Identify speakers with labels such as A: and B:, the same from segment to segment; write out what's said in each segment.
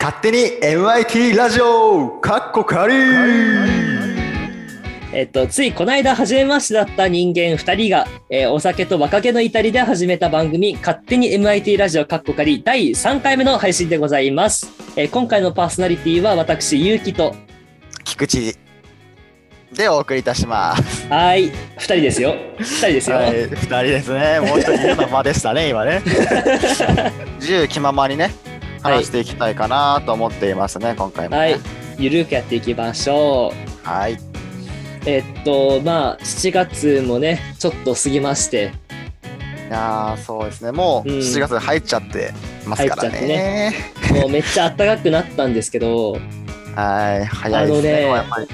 A: 勝手に MIT ラジオかっこかり
B: えっと、ついこの間初めましてだった人間2人が、えーお酒と若気の至りで始めた番組、勝手に MIT ラジオカッコカリ第3回目の配信でございます。えー今回のパーソナリティは私、ゆうきと、
C: 菊池でお送りいたします。
B: はーい、2人ですよ。2人ですよ。
C: はい、二人ですね。もう一人嫌な間でした ね、今ね。自由気ままにね、
B: はい
C: 話していきたいかなと思っていますね、今回も、ね。
B: はい、ゆるくやっていきましょう。
C: はい。
B: えっと、まあ、7月もね、ちょっと過ぎまして、
C: いやーそうですね。もう
B: うん
C: 7月入っちゃってますから
B: 入っちゃって
C: ね。
B: もうめっちゃ暖かくなったんですけど、
C: はい、早いですね。
B: あのね
C: もうやっぱり。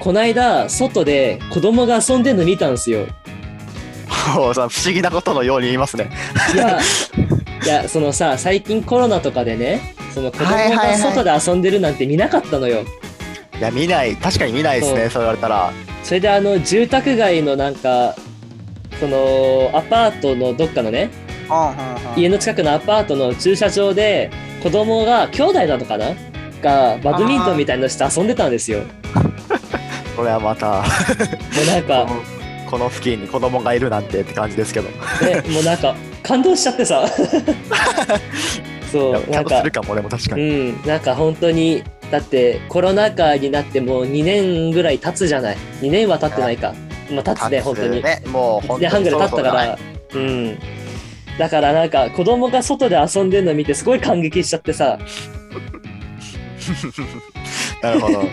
B: この間、外で子供が遊んでるの見たんですよ。
C: うん。もうさ、不思議なことのように言いますね。
B: いや、いや、そのさ、最近コロナとかでね、その子供
C: はいはいは
B: が
C: い
B: 外で遊んでるなんて見なかったのよ。
C: いや、見ない。確かに見ないです
B: そう
C: ね、そう言われたら。
B: それであの、住宅街のなんか、そのアパートのどっかのね、
C: うん
B: 家の近くのアパートの駐車場で、子供が、兄弟なのかなが、バドミントンみたいなのして遊んでたんですよ。も
C: これはまた、
B: うなんか、
C: この付近に子供がいるなんてって感じですけど。
B: ね、もうなんか、感動しちゃってさ。そう、
C: ち
B: な
C: ゃん
B: ん
C: と
B: か
C: する、かも、俺も確か
B: う
C: に。
B: ん、なんか本当に、だってコロナ禍になってもう2年ぐらい経つじゃない。2年は経ってないか。まあ経つね、本当に。
C: ね、もう
B: 1
C: 本
B: 年
C: 当
B: 半
C: に
B: ぐらい経っ
C: そろそ
B: たか
C: ろだね
B: ら。うん。だからなんか子供が外で遊んでるの見てすごい感激しちゃってさ。
C: なるほど。い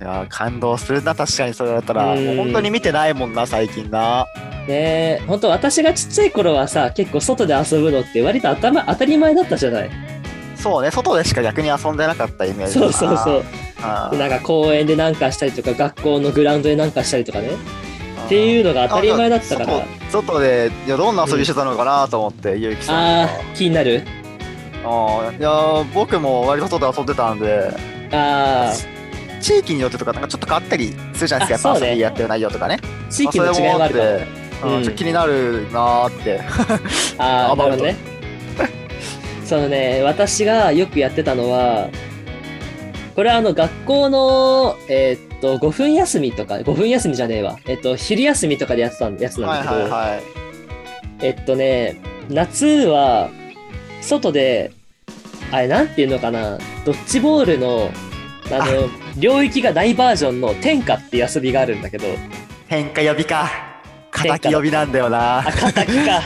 C: や感動するな確かにそれだったら
B: うん
C: もう本当に見てないもんな最近な
B: ねえ、本当私がちっちゃい頃はさ、結構外で遊ぶのって割と頭当たり前だったじゃない。
C: そうね外でしか逆に遊んでなかったイメージ
B: そうそうそう。
C: うん
B: でなんか公園でなんかしたりとか学校のグラウンドでなんかしたりとかね。って
C: う
B: い
C: ん
B: うのが当たり前だったから。あ
C: 外外でいやどんな遊びしてたのかなと思って、ゆうきさん
B: あー、気になる
C: あいや僕も割と外で遊んでたんで
B: あ
C: 地域によってとかなんかちょっと変わったりするじゃないですか
B: あ
C: や
B: そ
C: っ
B: う
C: ぱ
B: ね
C: 遊びやってる内容とかね
B: あ、地域の違いはあるか
C: まあ。それも
B: も
C: あって、うん
B: うん
C: ちょっと気になるなーって
B: ああ、
C: ア
B: な
C: バ
B: る
C: ウ
B: ほ
C: ト
B: どね。 そのね、私がよくやってたのは、これはあの学校の、えーっと、5分休みとか、5分休みじゃねえわ。えっと、昼休みとかでやってたんやつ
C: は
B: ないんだけど、
C: はいはい
B: えっとね、夏は、外で、あれ、なんていうのかな、ドッジボールの、あの、領域がないバージョンの天下っていう遊びがあるんだけど、
C: 変化呼びか
B: 変化
C: 敵呼びなんだよな
B: あ、敵か。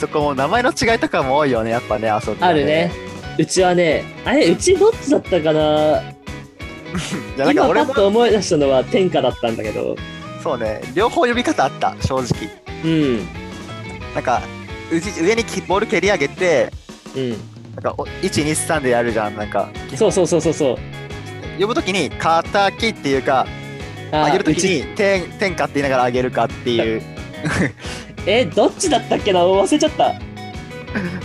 C: そこも名前の違いとかも多いよねやっぱね遊び、
B: あるね。うちはね、あれ、うちどっちだったかない
C: やなんか
B: 今
C: 俺
B: パッ
C: も
B: と思い出したのは天下だったんだけど、
C: そうね両方呼び方あった正直
B: うん、
C: なんかうち上にきボール蹴り上げて
B: うん、
C: なんかお123でやるじゃんなんか
B: そうそうそうそうそう。
C: 呼ぶときに「かたき」っていうか
B: あ
C: 上げるとき
B: うち
C: に「天天下」って言いながら上げるかっていう
B: え、どっちだったっけな忘れちゃ った。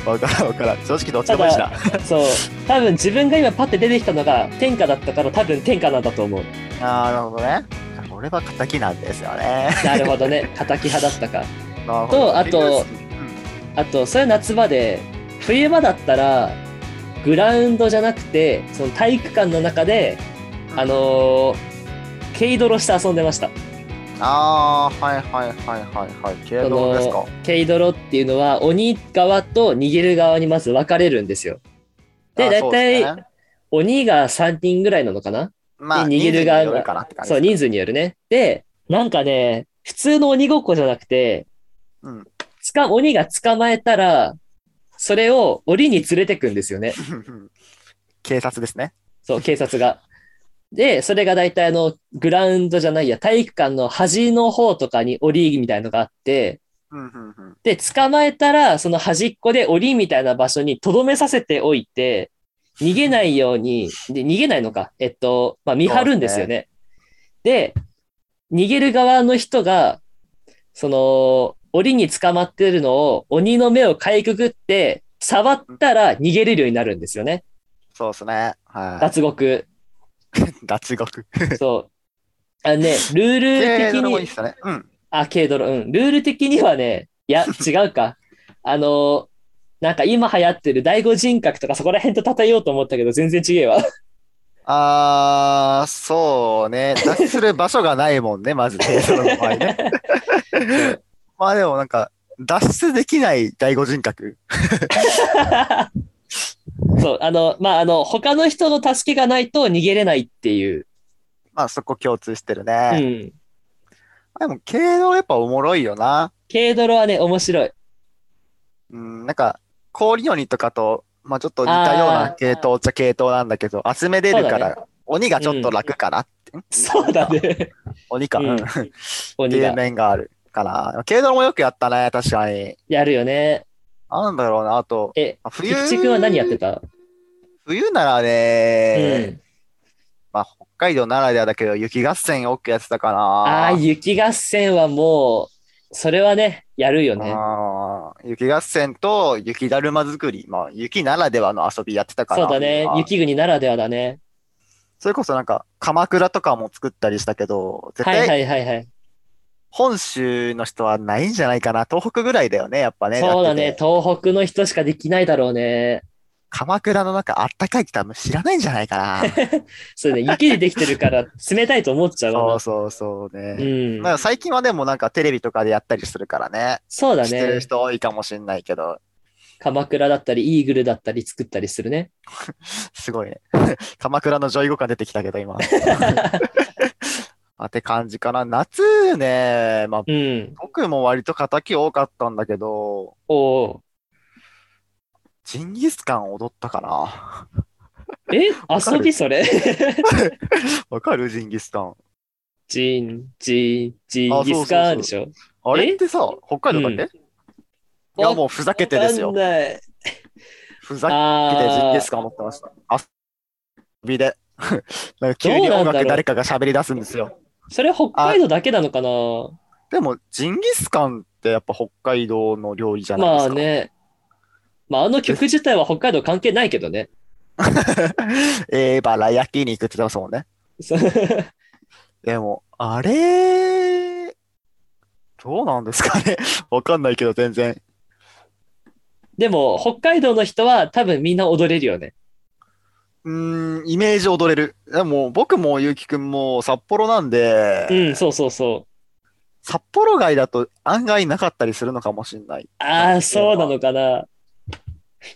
C: わからんわからん正直どっちでもいいしな
B: そう。多分自分が今パッて出てきたのが天下だったから多分天下なんだと思う。
C: あーなるほどね俺は敵なんですよね
B: なるほ どね。敵派だったか。
C: なるほ
B: と
C: ど
B: あとあと、それは夏場で、冬場だったら、グラウンドじゃなくて、その体育館の中で、あのー、軽泥して遊んでました。
C: ああはいはいはいはいはい軽度ですか
B: 軽泥っていうのは鬼側と逃げる側にまず分かれるんですよ。で、
C: あーそ
B: 大
C: うですね
B: 体、鬼が3人ぐらいなのかな
C: まあ、
B: で逃げる側が
C: 人数によるかなって感じ
B: そう、人数によるね。で、なんかね、普通の鬼ごっこじゃなくて、
C: うん
B: つか、鬼が捕まえたら、それを檻に連れてくんですよね。
C: 警察ですね。
B: そう、警察が。で、それが大体あの、グラウンドじゃないや、体育館の端の方とかに檻みたいのがあって、
C: うんうんうん
B: で、捕まえたら、その端っこで檻みたいな場所に留めさせておいて、逃げないように、で逃げないのか。えっと、まあ、見張るんですよね。で、逃げる側の人が、その、檻に捕まってるのを鬼の目をかいくぐって、触ったら逃げれるようになるんですよね。
C: そうですね。は
B: 脱獄。
C: い。脱獄。
B: そう。あのね、ルー ル
C: 軽
B: 的
C: 度もいい
B: に
C: で、すね。うん。
B: あ、軽泥、うん。ルール的にはね、いや、違うか。あの、なんか今流行ってる第五人格とかそこら辺と叩えようと思ったけど全然違えわ。
C: あー、そうね。脱する場所がないもんね、ま ずね、その場合 ね。まあでもなんか、脱出できない第五人格。
B: そう、あの、まあ、あの、他の人の助けがないと逃げれないっていう。
C: まあそこ共通してる
B: う
C: ね。
B: ん。
C: でも、軽度やっぱおもろいよな。
B: 軽ドロはね、面白い。
C: うん、なんか、氷鬼とかと、まあちょっと似たよう
B: あ
C: な
B: ー
C: 系統っちゃ系統なんだけど、集めれるか
B: そうだ
C: ら、鬼がちょっと楽かなって。
B: そうだね。
C: 鬼か。
B: うん
C: って
B: 鬼
C: いう
B: が。
C: 面があるかな。軽度もよくやったね、確かに。
B: やるよね。
C: なんだろうな、あと、
B: え、
C: あ
B: 菊
C: 冬
B: 池くんは何やってた、
C: 冬ならね、まあ、北海道ならではだけど、雪合戦よくやってたか
B: うん。あ
C: な。
B: あ、雪合戦はもう、それはね、やるよね。
C: あー雪合戦と雪だるま作り。まあ、雪ならではの遊びやってたから。
B: そうだね。雪国ならではだね。
C: それこそなんか、鎌倉とかも作ったりしたけど、絶
B: はいは
C: 対
B: いはいはい。
C: 本州の人はないんじゃないかな。東北ぐらいだよね、やっぱね。
B: そうだ
C: やっ
B: ね
C: て。て
B: 東北の人しかできないだろうね。
C: 鎌倉の中あったかいって多分知らないんじゃないかな。
B: そうね。雪でできてる から冷たいと思っちゃう
C: そ
B: わ
C: うそうそうね。
B: な。うん。
C: まあ最近はでもなんかテレビとかでやったりするからね。
B: そうだ
C: 知って
B: ね
C: る。人多いかもしれないけど、
B: 鎌倉だったり、イーグルだったり作ったりするね。
C: すごいね。 鎌倉の上位互換出てきたけど、 今。あって感じかな。夏ね、まあ、
B: うん。
C: 僕も割と敵多かったんだけど、
B: おお
C: ジンギスカン踊ったかな。
B: ー。え
C: わかる
B: 遊びそれ
C: わかるジンギスカン。
B: ジン、ジン、ジンギスカンでしょ。
C: あれってさ、北海道だっけ、いや、もうふざけてですよ
B: わか。んない
C: ふざけてジン
B: あ
C: ギス
B: ー
C: カン踊ってました。遊びで。 なんか急に音
B: どうなんだろ
C: 楽
B: う
C: 誰かが喋り出すんですよ。
B: それ北海道だけなのかな
C: でも、ジンギスカンってやっぱ北海道の料理じゃないです
B: ま
C: か。
B: あね。まああの曲自体は北海道関係ないけどね。
C: えー、バラ焼肉って言ってますもんね。
B: そう
C: でも、あれ、どうなんですかねわかんないけど、全然。
B: でも北海道の人は多分みんな踊れるよね。
C: うーん、イメージ踊れる。でも、僕もゆうきくんも札幌なんで、
B: うん、そうそうそう。
C: 札幌街だと案外なかったりするのかもしれない。
B: ああ、そうなのかな。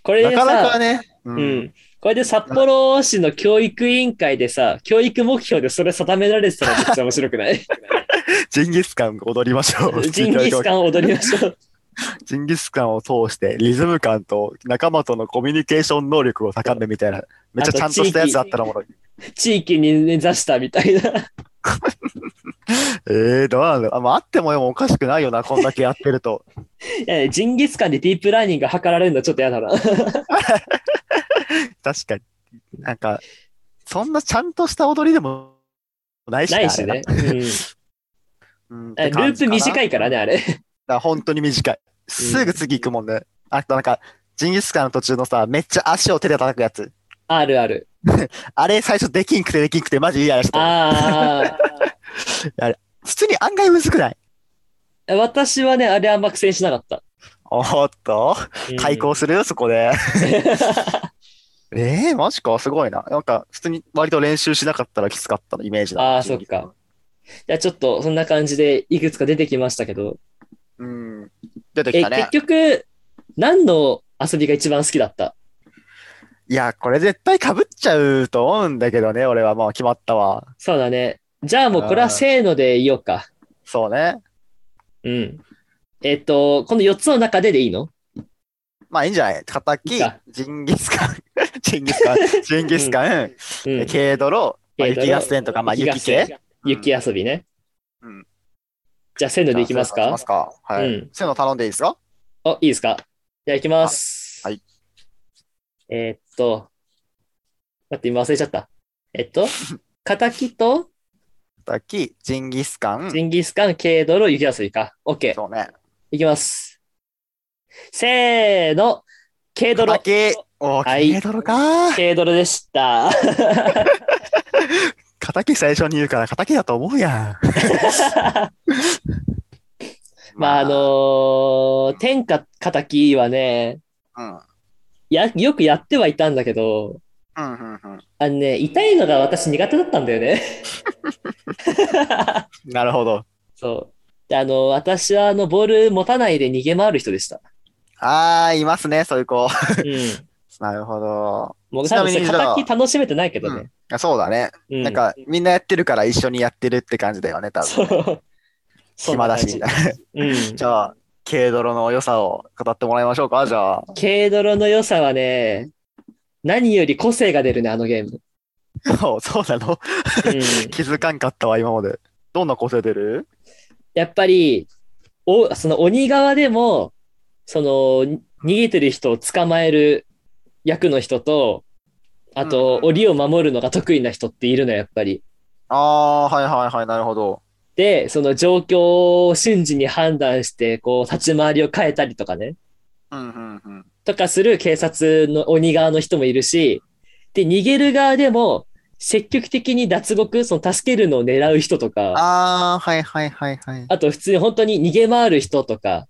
B: これ
C: な
B: で
C: か
B: さ、
C: なかね、う、
B: うんん。これで札幌市の教育委員会でさ、教育目標でそれ定められてたらめっちゃ面白くない
C: ジンギスカン踊りましょう。
B: ジンギスカン踊りましょう。
C: ジンギスカンを通してリズム感と仲間とのコミュニケーション能力を高めみたいな、めっちゃちゃんとしたやつあったらおもろ い。
B: 地域に根ざしたみたいな。
C: えー、どうなんだろうあまああってもでもおかしくないよな、こんだけやってると。
B: いやジンギスカンでディープラーニング図られるのはちょっと嫌だな。
C: 確かに。なん か、そんなちゃんとした踊りでもないし
B: ないしね。。うん
C: うん、
B: あループ短
C: い。
B: いからね、あれ。
C: だ本当に短い。すぐ次行くもんね。あとなんか、ジンギスカンの途中のさ、めっちゃ足を手で叩くやつ。
B: あるある。
C: あれ最初できんくてできんくてマジ嫌やした。
B: あ
C: 普通に案外むずくない
B: あ。 私はね、あれあんま苦戦しなかった。
C: おーっと、
B: うん
C: 対抗するよ、そこ で。えー、マジか、すごいな。なんか、普通に割と練習しなかったらきつかったのイメージだな。
B: ああ、そっか。いや、ちょっとそんな感じでいくつか出てきましたけど。
C: うん。出てき
B: え、
C: たね
B: 結。局、何の遊びが一番好きだった
C: いや、これ絶対被っちゃうと思うんだけどね、俺はもう決まったわ。
B: そうだね。じゃあもうこれはせーので言おうか。
C: そうね。
B: うん。えっ、と、この4つの中ででいいの
C: まあいいんじゃない
B: いい
C: 敵
B: か、
C: ジンギスカン、ジンギスカン、ジンギスカン、
B: うん。
C: 軽泥、まあ、
B: えーと
C: 雪合戦とか、まあ雪系。。
B: 雪遊びね。
C: うん
B: じゃあせーのでいきます
C: じゃあそういうのいき
B: か
C: ますか。はい。
B: うん
C: そういうの頼んでいいですか
B: お、いいですかじゃあいきます。
C: はい。
B: えーっと、待って、今忘れちゃった。え っと、敵と
C: 敵、ジンギスカン、
B: ジンギスカン、軽泥、雪遊びか。オッケー。
C: そうね。
B: いきます。せーの、軽泥。
C: 敵、おー、
B: はい
C: 軽泥か。
B: 軽泥で した。
C: 敵最初に言うから敵だと思うやん。
B: まあ、あのー、天下敵はね、
C: うん。
B: や、よくやってはいたんだけど、
C: うん、うん、うん。
B: あのね、痛いのが私苦手だったんだ よね。
C: なるほど。
B: そう。であの、私はあの、ボール持たないで逃げ回る人でした。
C: あー、いますね、そういう子。
B: うん。
C: なるほど。
B: もう
C: ちな
B: 多分
C: み
B: そ
C: に
B: れ、
C: じゃあ
B: 敵楽しめてないけどね。
C: あそうだね。
B: う
C: なんか、みんなやってるから一緒にやってるって感じだよね、多分。
B: そう。
C: 暇だし、み
B: そん
C: た
B: ない
C: な。
B: 感じ。う ん
C: じ。ゃあ、軽泥の良さを語ってもらいましょう か、じゃあ。
B: 軽泥の良さはね、何より個性が出るね、あのゲーム。
C: そうそうな の
B: うん
C: 気づかんかったわ、今まで。どんな個性出る
B: やっぱり、お、その鬼側でも、その、逃げてる人を捕まえる役の人と、あと、
C: うん
B: 檻を守るのが得意な人っているの、やっぱり。
C: あー、はいはいはい、なるほど。
B: で、その状況を瞬時に判断して、こう、立ち回りを変えたりとかね。
C: うん、うん、うん。
B: とかする警察の鬼側の人もいるし、で、逃げる側でも、積極的に脱獄、その助けるのを狙う人とか、
C: あー、はいはいはいはい。
B: あと普通に本当に逃げ回る人とか、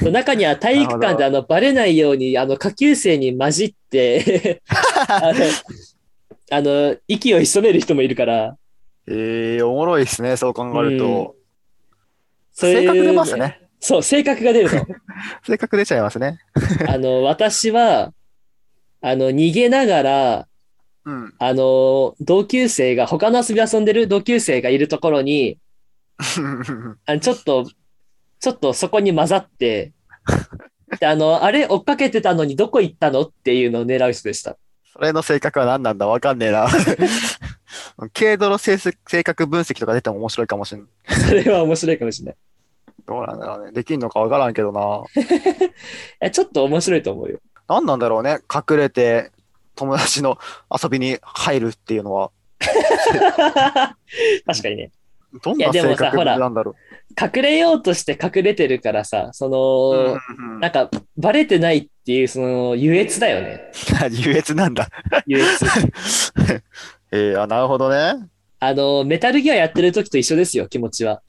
B: そう中には体育館であのバレないようにあの下級生に混じって あの、あの、息を潜める人もいるから、
C: えー、おもろいですね、そう考えると。
B: そういう
C: 性格出ますね。
B: そう、性格が出るの。
C: 性格出ちゃいますね。
B: あの、私は、あの、逃げながら、
C: うん。
B: あの、同級生が、他の遊び遊んでる同級生がいるところに、あのちょっと、ちょっとそこに混ざって、 であの、あれ追っかけてたのにどこ行ったのっていうのを狙う人でした。
C: それの性格は何なんだわかんねえ な。軽度の性質性格分析とか出ても面白いかもしれん。
B: それは面白いかもしれない
C: どうなんだろうね。できんのかわからんけどな。
B: いや。ちょっと面白いと思うよ。
C: 何なんだろうね。隠れて友達の遊びに入るっていうのは。
B: 確かにね。
C: どん
B: いや
C: な
B: でも
C: 性
B: さ
C: 格なんだろ。
B: 隠れようとして隠れてるからさ、そう
C: うん
B: の、
C: うんうん
B: なんか、バレてないっていう、その、優越だよね。
C: 優越なんだ。
B: 優 越。
C: えー、あ、なるほどね。
B: あの、メタルギアやってる時と一緒ですよ、気持ちは。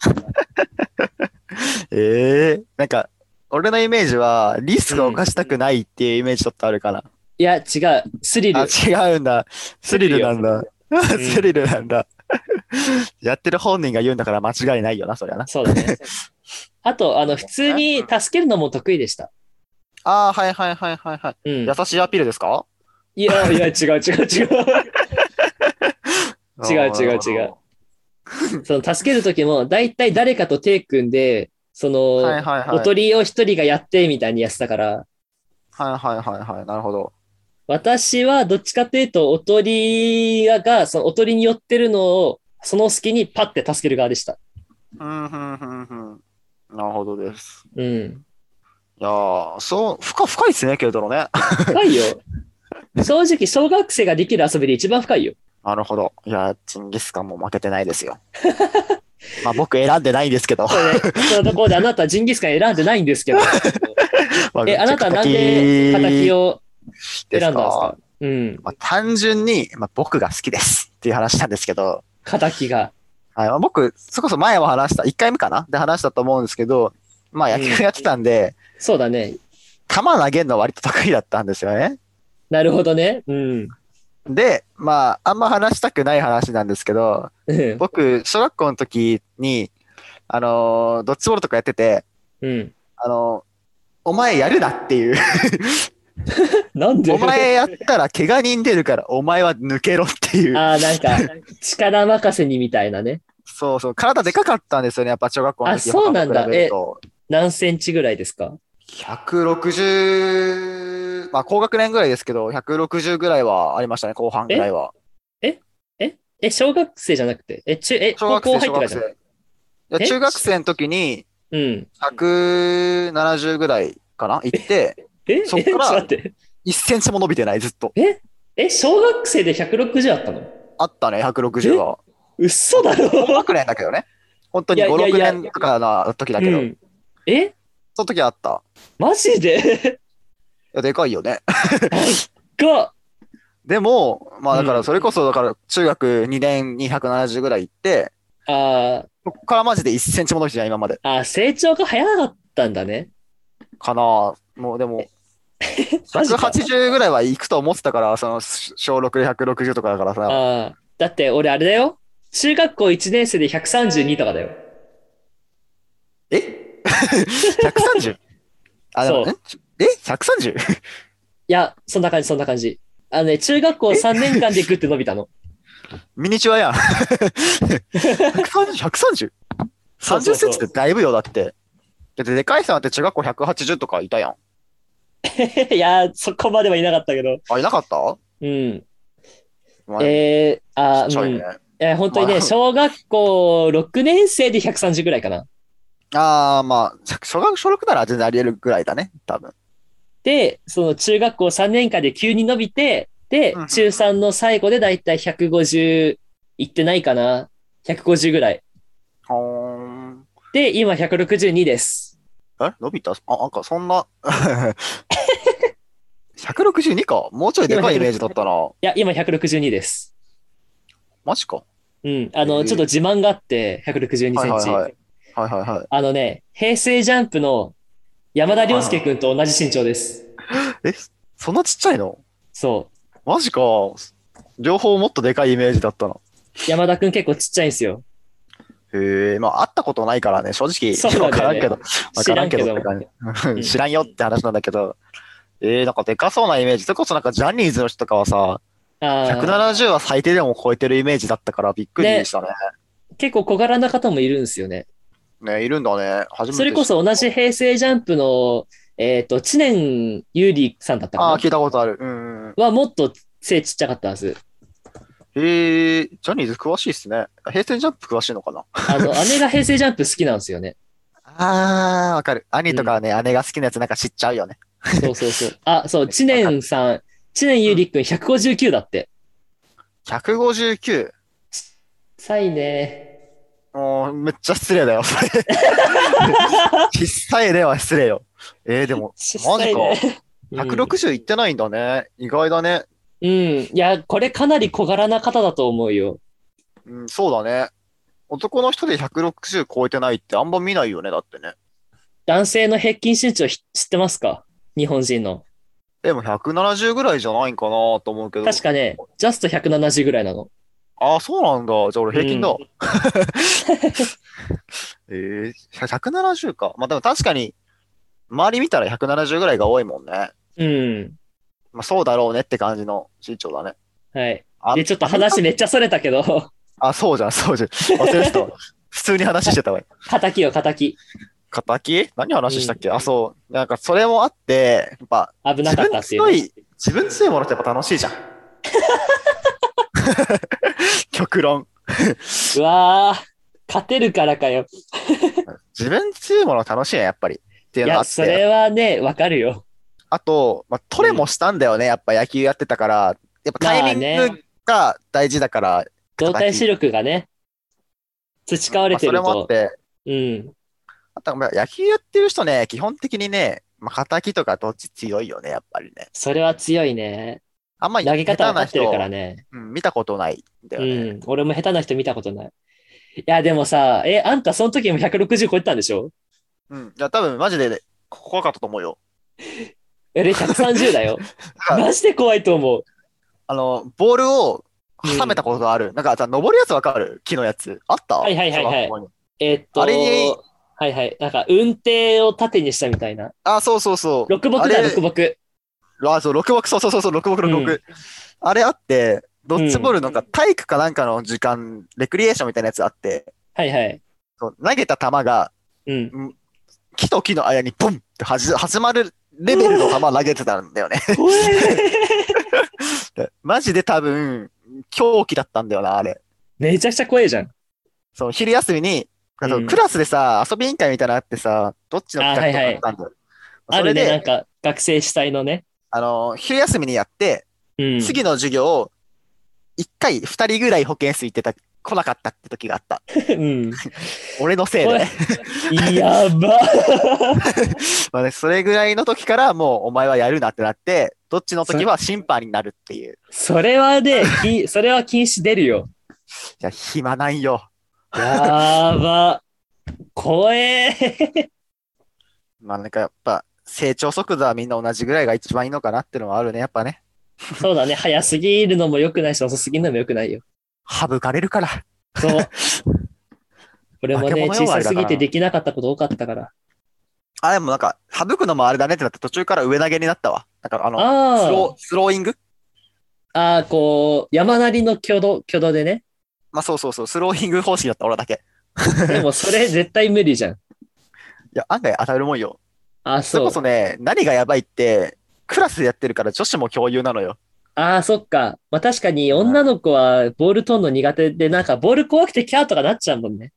C: えー、なんか、俺のイメージは、リスクを犯したくないっていうイメージちょっとあるから。
B: いや、違う。スリル。
C: あ、違うんだ。スリルなんだ。
B: ん
C: スリルなんだ。やってる本人が言うんだから間違いないよな、そりゃな。
B: そう だね。あと、あの、普通に助けるのも得意でした。
C: ああ、はいはいはいはいはい。
B: うん。
C: 優しいアピールですか
B: いや、いや、違う違う違う。違う
C: あー
B: 違う違う。 その、助ける時も、だいたい誰かと手組んで、その、
C: はいはいはい。
B: おとりを一人がやってみたいにやってたから、
C: はいはいはいはい。なるほど。
B: 私はどっちかというと、おとりが、そのおとりに寄ってるのを、その隙にパッて助ける側でした。
C: うん、うん、うん、うん。なるほどです。
B: うん。
C: いやー、そう、深、深いですね、ケイトロね。
B: 深 いよ。正直、小学生ができる遊びで一番深いよ。
C: なるほど。いやー、チンギスカンも負けてないですよ。 まあ僕選んでないんですけど。
B: そうね。そのところであなたジンギスカン選んでないんです けど。え、あなたなんで敵
C: を
B: を選んだんですかうん。
C: まあ、単純に、まあ、僕が好きです っていう話なんですけど、
B: 敵が。
C: はいまあ、僕、それこそ前も話した、1回目かなで話したと思うんですけど、まあ野球やってたんで、
B: そうだね。
C: 球投げるの割と得意だったんですよね。
B: なるほどね。うん。
C: で、まあ、あんま話したくない話なんですけど、
B: うん
C: 僕、小学校の時に、あのードッジボールとかやってて、
B: うん。
C: あのーお前やるなって いう。
B: なんで
C: お前やったら怪我人出るから、お前は抜けろっていう。
B: ああ、なんか、力任せにみたいなね。
C: そうそう。体でかかったんですよね、やっぱ小学校の時
B: あそうなんだ
C: 他と比べると
B: 何センチぐらいですか
C: 160、まあ高学年ぐらいですけど、160ぐらいはありましたね、後半ぐらいは。
B: え、小学生じゃなくて。え、中、え、
C: 小
B: 高
C: 学
B: 校
C: 生、小
B: 入ってから
C: 学
B: じゃな
C: 生。い
B: いえ
C: や中学生の時に
B: うん。
C: 170ぐらいかな行って、
B: え、え、ち
C: そ
B: ょ
C: っ
B: っと
C: から
B: 待って。
C: 1センチも伸びてない、ずっと。
B: え、小学生で160あったの
C: あったね、160は。
B: 嘘だ
C: 高
B: ろ
C: 学年だけどね。本当に
B: いやいや
C: 5、
B: い
C: 6
B: や
C: 年とかの時だけど、
B: うんえ
C: その時はあった。
B: マジで
C: いやでかいよね。
B: が、
C: でも、まあだか
B: うん
C: らそれこそ、だから中学2年に170ぐらい行って、
B: あー
C: そこからマジで1センチも伸びてない、今まで。
B: あー、成長が早かったんだね。
C: かなもうでも、
B: マジか
C: 180ぐらいは行くと思ってたから、その小6で160とかだからさ。
B: ああ。だって俺あれだよ。中学校1年生で132とかだよ。
A: え
C: 130? あ、でも
B: そ
C: ね。え ?130?
B: いや、そんな感じ、そんな感じ。あのね、中学校3年間でグッて伸びたの。
C: ミニチュアやん。130?130?
B: そうそ
C: 30
B: うそ
C: セ
B: う
C: ンチってだいぶよ、だって。だってでかいさんって中学校180とかいたやん。
B: いやー、そこまではいなかったけど。
C: あ、いなかった
B: うん。
C: まあ
B: えー、あ
C: ち
B: ー、
C: ょ
B: う
C: い
B: ん
C: ね。。
B: えー本当に
C: ま
B: ね、
C: あ
B: 小学校6年生で130ぐらいかな。
C: ああ、まあ、小学小6なら全然あり得るぐらいだね、多分。
B: で、その中学校3年間で急に伸びて、で
C: うんうん、
B: 中3の最後でだいたい150いってないかな。150ぐらい。
C: ほーん。
B: で、今162です。
C: え伸びたあ、なんかそんな。162かもうちょいでかいイメージだったな。
B: いや、今162です。
C: マジか。
B: うん。あの、
C: えー
B: ちょっと自慢があって、162センチ。
C: はいはいはい。はいはいはい。
B: あのね、平成ジャンプの山田涼介くんと同じ身長です。
C: え、そんなちっちゃいの
B: そ
C: マジか。両方もっとでかいイメージだったな。
B: う。山田くん結構ちっちゃいんですよ。
C: へえ、まあ、会ったことないからね、正直、
B: そう
C: わか
B: だ
C: ら
B: よ
C: ん
B: ね
C: けど、わ
B: 知
C: からら
B: ん
C: ん
B: け
C: け
B: ど
C: どって感
B: うん
C: じ。知らんよって話なんだけど、えー、なんかでかそうなイメージ。それこそなんかジャニーズの人とかはさ、
B: あー
C: 170は最低でも超えてるイメージだったからびっくりしたね。
B: 結構小柄な方もいるんですよね。
C: ね、いるんだね。初めて
B: それこそ同じ平成ジャンプの、えっ、と、知念優里さんだった
C: ああ、
B: か
C: 聞いたことある。うんうんうん。
B: なはもっと背ちっちゃかったはず。
C: へえ、ジャニーズ詳しいっすね。平成ジャンプ詳しいのかな
B: あ の、姉が平成ジャンプ好きなんですよね。
C: ああ、わかる。兄とかはね、姉が好きなやつなんか知っちゃうよね。
B: そうそうそう。あ、 そう、知念さん、知念優里くん159だって。
C: 159。
B: さいね。
C: もう、めっちゃ失礼だよ、 それ。小さい例は失礼よ。えー、でも、
B: 小さいね うん
C: 160いってないんだね。意外だね。
B: うん。いや、これかなり小柄な方だと思うよ。
C: うん、そうだね。男の人で160超えてないってあんま見ないよね、だってね。
B: 男性の平均身長ひ知ってますか日本人の。
C: でも170ぐらいじゃないんかなと思うけど。
B: 確かね、ジャスト170ぐらいなの。
C: ああ、そうなんだ。じゃあ俺平均だ。
B: う
C: えー、170か。まあでも確かに、周り見たら170ぐらいが多いもんね。
B: うん。
C: まあそうだろうねって感じの身長だね。
B: はい。
C: あ
B: で、ちょっと話めっちゃそれたけど、
C: あ、そうじゃん、そうじゃん。忘れてたわ。普通に話してたわ。
B: 敵よ、敵。
C: 敵何話したっけ、あ、そう。なんかそれもあって、やっぱ
B: 危なかったって
C: 自分
B: い
C: 強
B: う。
C: い、自分強いものってやっぱ楽しいじゃん。 極論。
B: うわー、勝てるからかよ。
C: 自分強いもの楽しいね、やっぱり。ってい
B: いう
C: のがあ
B: や、
C: っ
B: そ
C: て。
B: れはね、わかるよ。
C: あと、まあ、トレもしたんだよね、やっぱ野球やってたから、やっぱタイミングが大事だから、
B: 動体視力がね、培われ
C: まあ
B: て
C: そ
B: る
C: れもあっ
B: と。
C: て、
B: うん。
C: あとまあ野球やってる人ね、基本的にね、まあ、敵とかどっち強いよね、やっぱりね。
B: それは強いね。
C: あんまり
B: 投げ方わかってるから
C: ね、
B: ね。
C: うん、見たことないんだよ
B: う
C: ね。
B: ん。俺も下手な人見たことない。いや、でもさ、え、あんたその時も160超えてたんでしょ
C: うん。いや、多分マジで、怖かったと思うよ。
B: 俺130 だよ。
C: だから
B: マジで怖いと思う。
C: あの、ボールを挟めたことがある。なんかさ、登るやつわかる木のやつ。あった
B: はいはいはいはい
C: 小学校に
B: えーっと、
C: あれに
B: はいはい。なんか、運転を縦にしたみたいな。
C: あ、そうそうそう。
B: 六木
C: あ
B: だ、
C: れ
B: 六木。
C: あ、そう、六木、そうそうそうそう、六木、六木。
B: うん
C: あれあって、ドッジボールのなんか体育かなんかの時間、レクリエーションみたいなやつあって、
B: はいはい。
C: そう投げた球が
B: うん。
C: 木と木の間にポンってはじ始まるレベルの球投げてたんだよね。
B: 怖え
C: でマジで多分、狂気だったんだよな、あれ。
B: めちゃくちゃ怖えじゃん。
C: そう、昼休みに、あの
B: うん
C: クラスでさ、遊び委員会みたいなのあってさ、どっちの企
B: あは
C: 画
B: いはい
C: とかあったんだよ。
B: あ
C: それ
B: るね、なん
C: で、
B: か、学生主体のね。
C: あの、昼休みにやって、
B: うん。
C: 次の授業、一回二人ぐらい保健室行ってた、来なかったって時があった。
B: うん。
C: 俺のせい
B: 怖
C: で
B: い。やば。
C: まあね、それぐらいの時からもうお前はやるなってなって、どっちの時は審判になるっていう。い
B: それはね、きそれは禁止出るよ。
C: や、暇ないよ。
B: やば。怖え。
C: まあなんかやっぱ、成長速度はみんな同じぐらいが一番いいのかなってのはあるね、やっぱね。
B: そうだね。早すぎるのも良くないし、遅すぎるのも良くないよ。
C: 省かれるから。
B: そう。 俺も
C: 化け
B: ね、
C: 物
B: 小
C: よ
B: さすぎ
C: あれだか
B: て
C: ら
B: できなかったこと多かったから。
C: あ、でもなんか、省くのもあれだねってなって途中から上投げになったわ。なんかあの、ス
B: あ
C: ロー、スローイング
B: あ、ああ、こう、山なりの挙動、挙動でね。
C: まあそうそうそう、スローイング方式だった俺だけ。
B: でもそれ絶対無理 じゃん。
C: いや、案外当たるもんよ。
B: あ
C: それ
B: そ
C: こ
B: う。
C: そね、何がやばいって、クラスでやってるから女子も共有なのよ。
B: ああ、そっか。まあ確かに女の子はボール取んの苦手で、なんかボール怖くてキャーとかなっちゃうもんね。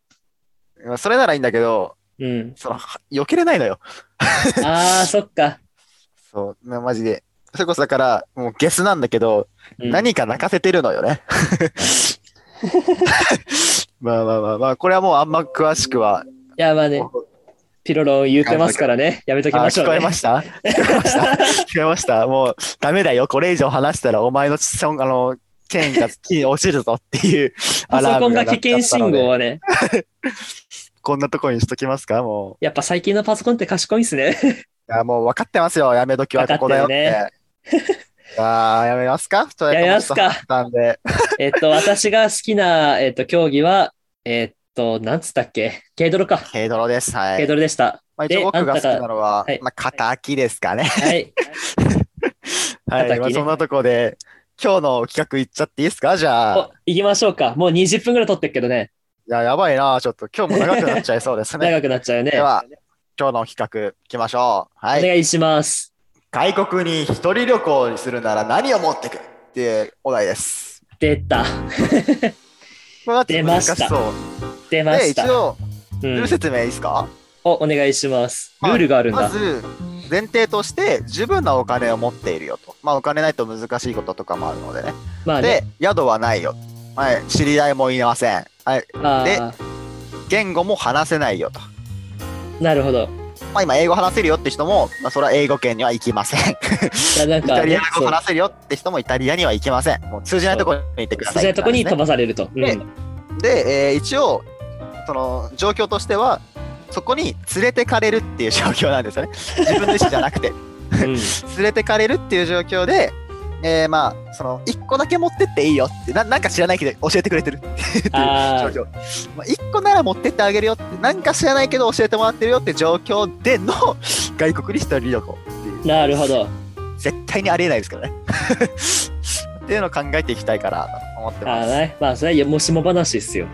C: まあそれならいいんだけど、
B: うん。
C: その、避けれないのよ。
B: ああ、そっか。
C: そう、まマジで。それこそだから、もうゲスなんだけど、
B: うん
C: 何か泣かせてるのよね。 まあまあまあまあ、これはもうあんま詳しくは。
B: いや、まあね、ピロロン言ってますからね。やめとき
C: あ
B: ましょ
C: 聞
B: う
C: こえ
B: ね。
C: ました聞こえました聞こえましたもうダメだよ。これ以上話したらお前の子孫、あの、権威が地に落ちるぞっていうア
B: パソ
C: ラー
B: コン
C: ム
B: が
C: が鳴
B: 危
C: っちゃ
B: 険
C: ったの
B: 信
C: で
B: 号はね。
C: こんなとこにしときますかも
B: やっぱ最近のパソコンって賢いっすね。
C: う。いや、もう分かってますよ。やめときはここだよって。
B: 分か
C: いやーやめますかと
B: やめますか。
C: なんで。
B: えっと、私が好きな、えっと、競技は、えっと、なんつったっけ軽泥か。
C: 軽泥です。はい。
B: 軽泥でした。
C: まあ、一応
B: であ
C: 僕
B: んた
C: が
B: が
C: 好きなのは、
B: はい
C: まあ、仇ですか ね。
B: はい。
C: はい。
B: 敵ね
C: まあ、そんなとこで、今日の企画いっちゃっていいですかじゃあ
B: お。行きましょうか。もう20分ぐらい撮ってるけどね。
C: いや、やばいな。ちょっと今日も長くなっちゃいそうです ね。
B: 長くなっちゃうよね。
C: では、今日の企画、いきましょう。は
B: お
C: い。
B: 願いします。
C: 外国に一人旅行するなら何を持ってくっていうお題です。
B: 出た。
C: これはちょっと難
B: 出ま
C: し
B: した
C: そう。
B: 出ま
C: で、
B: し
C: 一
B: た。
C: 応、
B: う
C: ル
B: ん
C: ール説明いいですか、
B: お、お願いします。
C: ま
B: ル
C: あ
B: ールがあるん
C: ま
B: だ。
C: ず、前提として、十分なお金を持っているよと。まあ、お金ないと難しいこととかもあるのでね。
B: まあね。
C: で、宿はないよ。はい、知り合いもいません。はい、
B: あ
C: 言語も話せないよと。
B: あ、なるほど。
C: まあ、今、英語話せるよって人も、まあ、それは英語圏には行きません。
B: いや、なん
C: イ
B: か
C: タリ
B: ね
C: ア、
B: そ
C: 語
B: う
C: 話せるよって人もイタリアには行きません。もう通じないところに行ってくださ
B: 通
C: い。
B: じないとこに飛ばされると。う
C: で
B: ん。
C: で、えー一応、その状況としては、そこに連れてかれるっていう状況なんですよね。自分の意思じゃなくて、
B: うん
C: 連れてかれるっていう状況で、えーまあ、その、1個だけ持ってっていいよって、ななんか知らないけど教えてくれてるっていう状
B: あー
C: 況。まあ、1個なら持ってってあげるよって、なんか知らないけど教えてもらってるよって状況での 外国に一人旅行っていう。
B: なるほど。
C: 絶対にありえないですからね。 っていうのを考えていきたいかなと思って
B: ああ
C: ます。
B: ね、まあ、それはもしも話ですよ。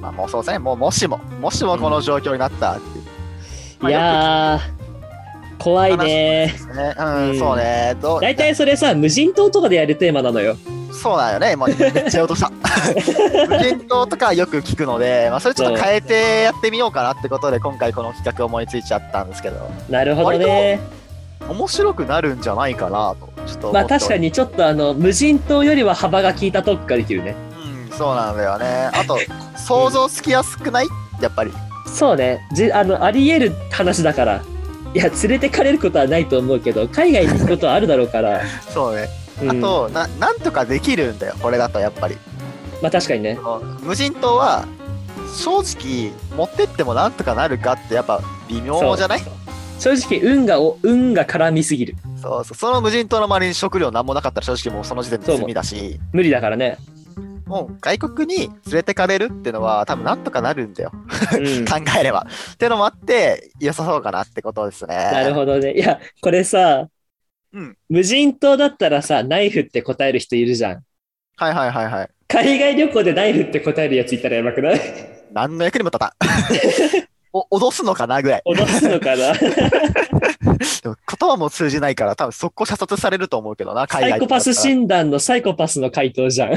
C: まあ、もうそうですね。もうもしも、もしもこの状況になったっていう。ま
B: い
C: あ
B: やー、怖いね。
C: よく聞くね、うん、
B: うん
C: そうね。どう
B: 大体それさ、無人島とかでやるテーマなのよ。
C: そうなんよね。もうめっちゃ落と した。無人島とかよく聞くので、まあ、それちょっと変えてやってみようかなってことで、今回この企画思いついちゃったんですけど、
B: なるほどね。
C: 面白くなるんじゃないかなと、ちょっと思っており
B: まあ確か。にちょっとあの、無人島よりは幅が効いたトークができるね。
C: うん、そうなんだよね。あと、想像つきやすくないやっぱり。
B: そうね。じあの、あり得る話だから。いや、連れてかれることはないと思うけど、海外に行くことはあるだろ うから。
C: そうね。
B: うん、
C: あと、ななんとかできるんだよ、これだとやっぱり。
B: まあ確かにね。
C: この無人島は正直持ってってもなんとかなるかってやっぱ微妙じゃないそう
B: 正直、運がお、運が絡みすぎる。
C: そうその無人島の周りに食料なんもなかったら正直もうその時点で済みだし
B: 無理だからね。
C: もう外国に連れてかれるってのは多分なんとかなるんだよ、
B: うん。
C: 考えればってのもあって良さそうかなってことですね
B: なるほどね。いや、これさ、
C: うん
B: 無人島だったらさ、ナイフって答える人いるじゃん。
C: はいはいはいはい
B: 海外旅行でナイフって答えるやついたらやばくない
C: 何の役にも立たん お脅すのかなぐらい
B: 脅すのかな
C: でも言葉も通じないから多分速攻射殺されると思うけどな海
B: サ
C: 外
B: イコパス診断のサイコパスの回答じゃん。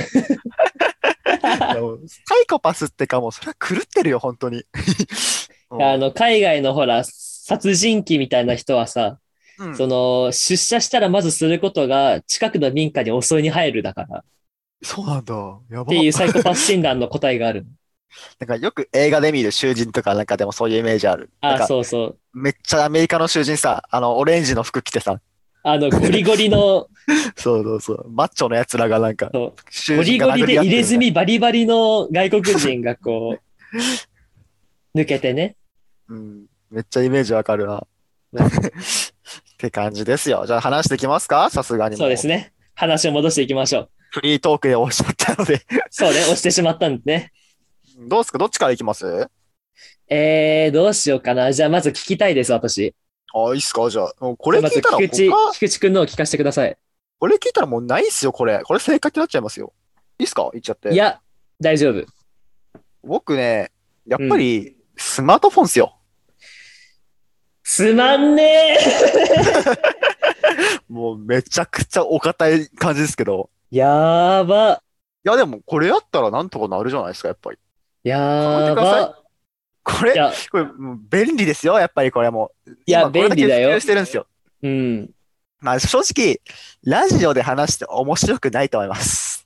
C: でもサイコパスってかもうそれは狂ってるよ本当にうん
B: あの、海外のほら、殺人鬼みたいな人はさ、
C: うん
B: その、出社したらまずすることが、近くの民家に襲いに入るだから、っ
C: そうなんだ。やば
B: ていうサイコパス診断の答えがある。
C: なんかよく映画で見る囚人とかなんかでもそういうイメージある。 なん
B: あ、
C: か
B: そうそう。
C: めっちゃアメリカの囚人さ、あの、オレンジの服着てさ、
B: あの、ゴリゴ リの、
C: そうそうそう、マッチョのやつらがなんか、
B: そう
C: 囚
B: ゴリ
C: 人
B: ゴ
C: が
B: リ
C: 殴
B: で
C: り合って
B: 入
C: るみたい
B: れ
C: な
B: 墨バリバリの外国人がこ う、抜けてね。
C: うん、めっちゃイメージわかるな。って感じですよ。じゃあ話していきますかさすがにも。
B: そうですね。話を戻していきましょう。
C: フリートークでおっしゃったので。
B: そうね、押してしまったんでね。
C: どうですかどっちからいきます
B: えー、どうしようかな。じゃあ、まず聞きたいです、私。
C: あ、いいっすかじゃあ。もうこれ
B: ま
C: 聞
B: ず
C: いたら
B: 菊池
C: 他、
B: 菊池くんのを聞かせてください。
C: これ聞いたらもうないっすよ、これ。これ正解ってなっちゃいますよ。いいっすか言っちゃって。
B: いや、大丈夫。
C: 僕ね、やっぱり、スマートフォンっすよ。
B: すまんねえ
C: もうめちゃくちゃお堅い感じですけど。
B: やーば、
C: いや、でもこれあったらなんとかなるじゃないですか、やっぱり。
B: や
C: 変わって
B: ー
C: ください
B: ば。
C: こ
B: い
C: れ、
B: や、
C: これ、もう便利ですよ、やっぱりこれも。
B: いや
C: 今これけ
B: 便利だよ
C: 普及してるんですよ。
B: うん。
C: まあ正直、ラジオで話して面白くないと思います。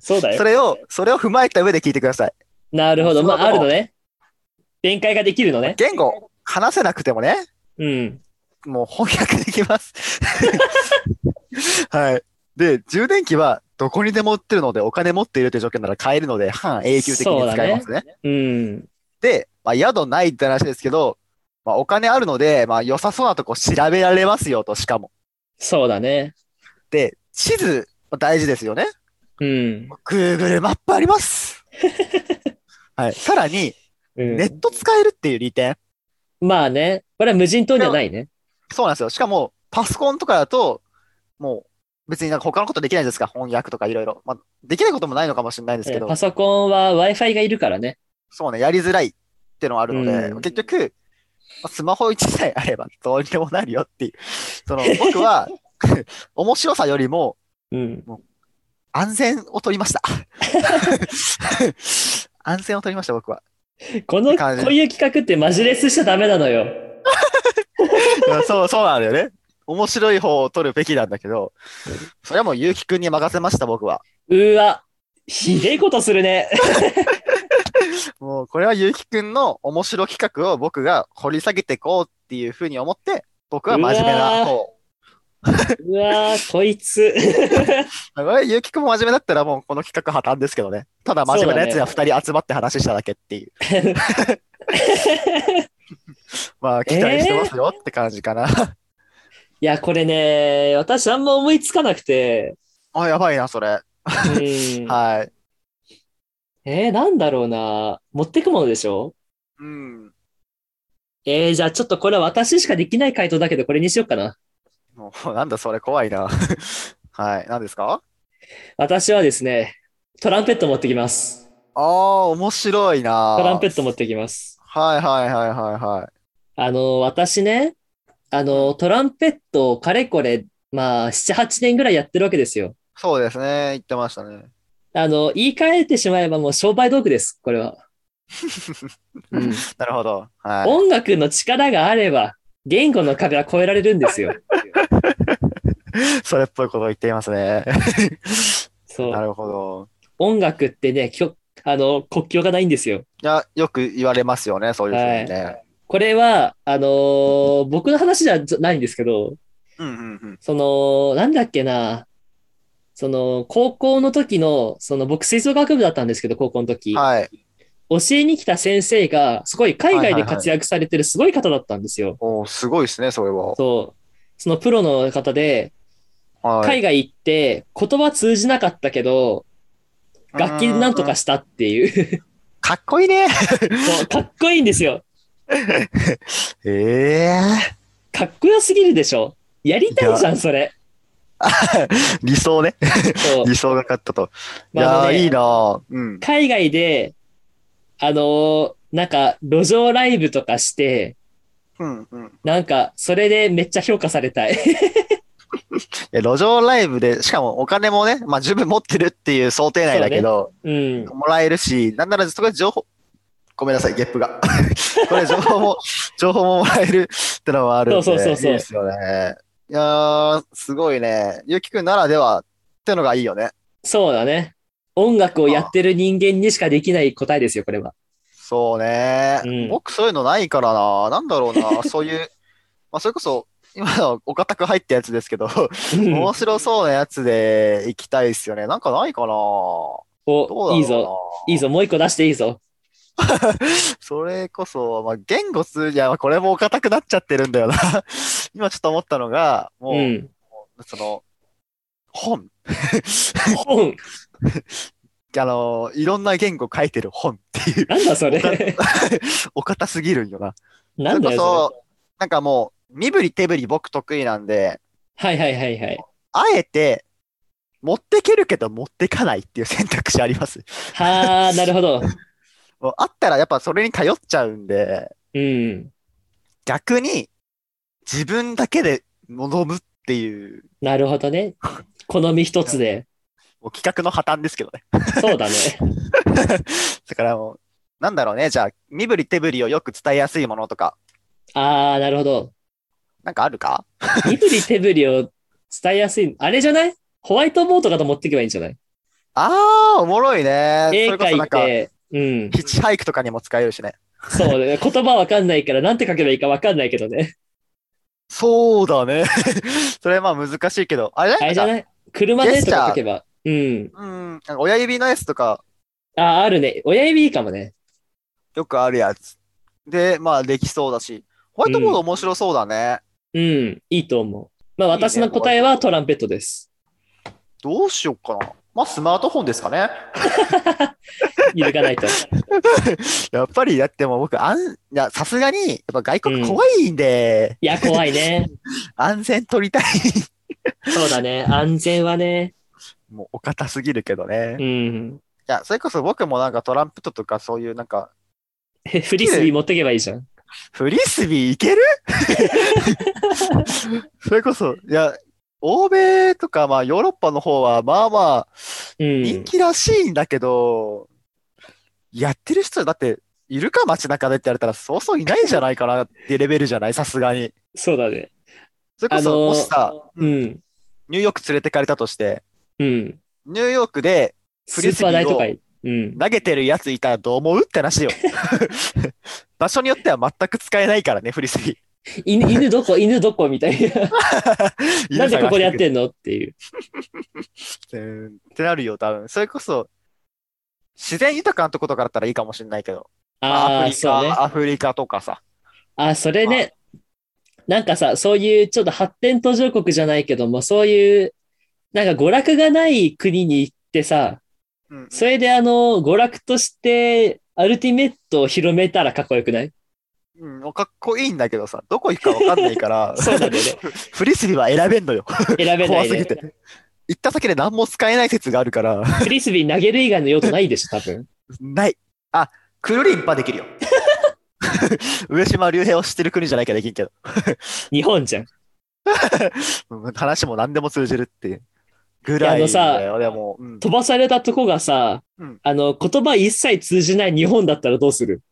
B: そうだ
C: そ
B: よ。
C: れを、それを踏まえた上で聞いてください。
B: なるほど。
C: そ
B: ま
C: の
B: あ、あるのね。弁解ができるのね。
C: 言語、話せなくてもね、
B: うん。
C: もう翻訳できます。 はい。で、充電器はどこにでも売ってるので、お金持っているという条件なら買えるので、半永久的に使えますね。
B: うん。
C: で、まあ、宿ないって話ですけど、まあ、お金あるので、まあ、良さそうなとこ調べられますよと、しかも。
B: そうだね。
C: で、地図、まあ大事ですよね。
B: うん。
C: Google マップあります。はい。さらに、
B: うん
C: ネット使えるっていう利点。
B: まあね。これは無人島じゃないね。
C: そうなんですよ。しかも、パソコンとかだと、もう、別になんか他のことできないじゃないですか。翻訳とかいろいろ。まあ、できないこともないのかもしれないんですけ
B: え
C: ど
B: パ、ソコンは Wi-Fi がいるからね。
C: そうね、やりづらいっていうのはあるので、
B: うん
C: 結局、まあスマホ1台あればどうにでもなるよっていう。その、僕は、 面白さよりも、
B: うん。
C: 安全を取りました。 安全を取りました、僕は。
B: この、こ
C: 感じ
B: ういう企画ってマジレスしちゃダメなのよ。
C: いやそう、そうなんだよね。面白い方を取るべきなんだけど、それはもうゆうきくんに任せました、僕は。
B: うわ、ひでえことす るね。
C: もう、これはゆうきくんの面白企画を僕が掘り下げていこうっていうふうに思って、僕は真面目な方。
B: うわー、こいつ。
C: だからゆうきくんも真面目だったらもうこの企画破綻ですけどね。ただ真面目なやつが二人集まって話しただけって いう。まあ、期待してますよって感じかな。
B: いや、これね、私あんま思いつかなくて。
C: あ、やばいな、それ。
B: う ん
C: はい。
B: えー、なんだろうな。持ってくものでしょ
C: うん。
B: えー、じゃあちょっとこれは私しかできない回答だけど、これにしようかな。
C: もう、なんだそれ、怖いな。 はい。何ですか
B: 私はですね、トランペット持ってきます。
C: ああ、面白いな。
B: トランペット持ってきます。
C: はいはいはいはいはい。
B: あの、私ね、あの、トランペットをかれこれ、まあ、7、8年ぐらいやってるわけですよ。
C: そうですね。言ってましたね。
B: あの、言い換えてしまえばもう商売道具です、これは。うん
C: なるほど。はい。
B: 音楽の力があれば、言語の壁は越えられるんですよ。
C: それっぽいことを言っていますね。
B: そ
C: な
B: う。
C: るほど。
B: 音楽ってね、きょあの、国境がないんですよ。
C: いや、よく言われますよね。そういうふうにね。
B: これは、あのー僕の話じゃないんですけど、
C: うんうんうん。
B: その、なんだっけな、その、高校の時の、その、僕、吹奏楽部だったんですけど、高校の時。
C: はい。
B: 教えに来た先生が、すごい海外で活躍されてるすごい方だったんですよ。
C: おーすごいですね、それは。
B: そう。そのプロの方で、
C: はい。
B: 海外行って、言葉通じなかったけど、楽器なんとかしたっていう。
C: うん。かっこいいね。
B: そうかっこいいんですよ。
C: ええ
B: かっこよすぎるでしょ。やりたいじゃん、それ。
C: 理想ね。
B: そう。
C: 理想が勝ったと。い
B: まああ
C: や
B: の
C: ー、い
B: ね
C: いなうん。
B: 海外で、あのーなんか、路上ライブとかして、
C: うんうん。い
B: なんか、それでめっちゃ評価されたい。
C: や路上ライブで、しかもお金もね、まあ十分持ってるっていう想定内だけど、
B: うん。
C: もらえるし、なんならそこで情報、ごめんなさい、ゲップが。 これ情報 も、情報ももらえるってのはあるんで。
B: そうそうそうそう
C: いいですよね。いやー、すごいね。ゆうきくんならではってのがいいよね。
B: そうだね。音楽をやってる人間にしかできない答えですよ、これは。
C: そうね、
B: うん
C: 僕そういうのないからな。なんだろうな。そう いう、まあそれこそ、今のお堅く入ったやつですけど、 面白そうなやつで行きたいですよね。なんかないかな。どうだろう
B: お、
C: な。
B: いいぞ。いいぞ、もう一個出していいぞ。
C: それこそ、まあ、言語通じゃ、まあこれもお堅くなっちゃってるんだよな。 今ちょっと思ったのが、もう、
B: うん。
C: その、本。
B: 本。
C: あの、いろんな言語書いてる本っていう、
B: なんだそれ。
C: お堅すぎるんよな。
B: なんだよ
C: そ
B: そ
C: れこそ、なんかもう、身振り手振り僕得意なんで、
B: れ。はいはいはいはい。
C: あえて、持ってけるけど持ってかないっていう選択肢あります。
B: はあ、なるほど。
C: もうあったらやっぱそれに頼っちゃうんで、
B: うん。
C: 逆に自分だけで望むっていう、
B: なるほどね。好み一つで。
C: もう企画の破綻ですけどね。
B: そうだね。
C: だからもう、なんだろうね、じゃあ、身振り手振りをよく伝えやすいものとか、
B: ああ、なるほど。
C: なんかあるか
B: 身振り手振りを伝えやすい。あれじゃないホワイトボードかと持っていけばいいんじゃない
C: あー、おもろいね。
B: 絵
C: それこそ
B: 描
C: なん
B: い
C: か、
B: て、うん。
C: ヒッチハイクとかにも使えるしね。
B: そうね。言葉わかんないから、なんて書けばいいかわかんないけどね。
C: そうだね。 それまあ難しいけど、あれ
B: あれじゃ
C: なんか
B: ない車でとか書けば。うん。
C: うん、なんか親指のやつとか、
B: あ、あるね。親指いいかもね。
C: よくあるやつ。で、まあできそうだし、ホワイトボード面白そうだね。
B: うん。いいと思う。まあ、私の答えはトランペットです。
C: どうしよっかな。まあスマートフォンですかね。
B: 揺るがないと。
C: やっぱりだってもう僕、あん、いや、さすがに、やっぱ外国怖いんで、
B: いや、怖いね。
C: 安全取りたい。
B: そうだね。安全はね。
C: もうお堅すぎるけどね。
B: う
C: い
B: ん。
C: や、それこそ僕もなんかトランプとかそういうなんか、
B: へフリスビー持ってけばいいじゃん。
C: フリスビーいける それこそ、いや、欧米とか、まあヨーロッパの方は、まあまあ、
B: う
C: 人
B: ん。
C: 気らしいんだけど、やってる人だって、いるか街中でって言われたら、そうそういないんじゃないかなってレベルじゃないさすがに。
B: そうだね。
C: それ
B: あ
C: こそ、
B: の
C: もしさ、
B: うん。
C: ニューヨーク連れてかれたとして、
B: うん。
C: ニューヨークで
B: ス
C: フ
B: ー
C: リスビーを
B: パー大都会。うん。
C: 投げてるやついたらどう思うって話よ。 場所によっては全く使えないからね、フリスビー。
B: 犬、犬どこ犬どこみたい な。なんでここでやっ
C: る
B: てんのっていう。
C: ってなるよ、多分。それこそ、自然豊かなとことかだったらいいかもしれないけど。
B: あ
C: ア
B: あ、
C: フリ
B: そうね。
C: カ、アフリカとかさ。
B: あ、それね。なんかさ、そういうちょっと発展途上国じゃないけども、そういう、なんか娯楽がない国に行ってさ、
C: うんうん
B: それであの、娯楽として、アルティメットを広めたらかっこよくない
C: うん、かっこいいんだけどさ、どこ行くかわかんないから、
B: そうなんだよね。
C: フリスビーは選べんのよ。
B: 選べな
C: 怖
B: い
C: すぎ
B: ね。
C: て。行った先で何も使えない説があるから、
B: フリスビー投げる以外の用途ないでしょ、多分。
C: ない。あ、クルリンパできるよ。 上島竜兵を知ってる国じゃないからできんけど。
B: 日本じゃん。
C: うん話も何でも通じるっていうぐらいで、
B: いやあのさ
C: 俺はもう、うん
B: 飛ばされたとこがさ、
C: うん
B: あの、言葉一切通じない日本だったらどうする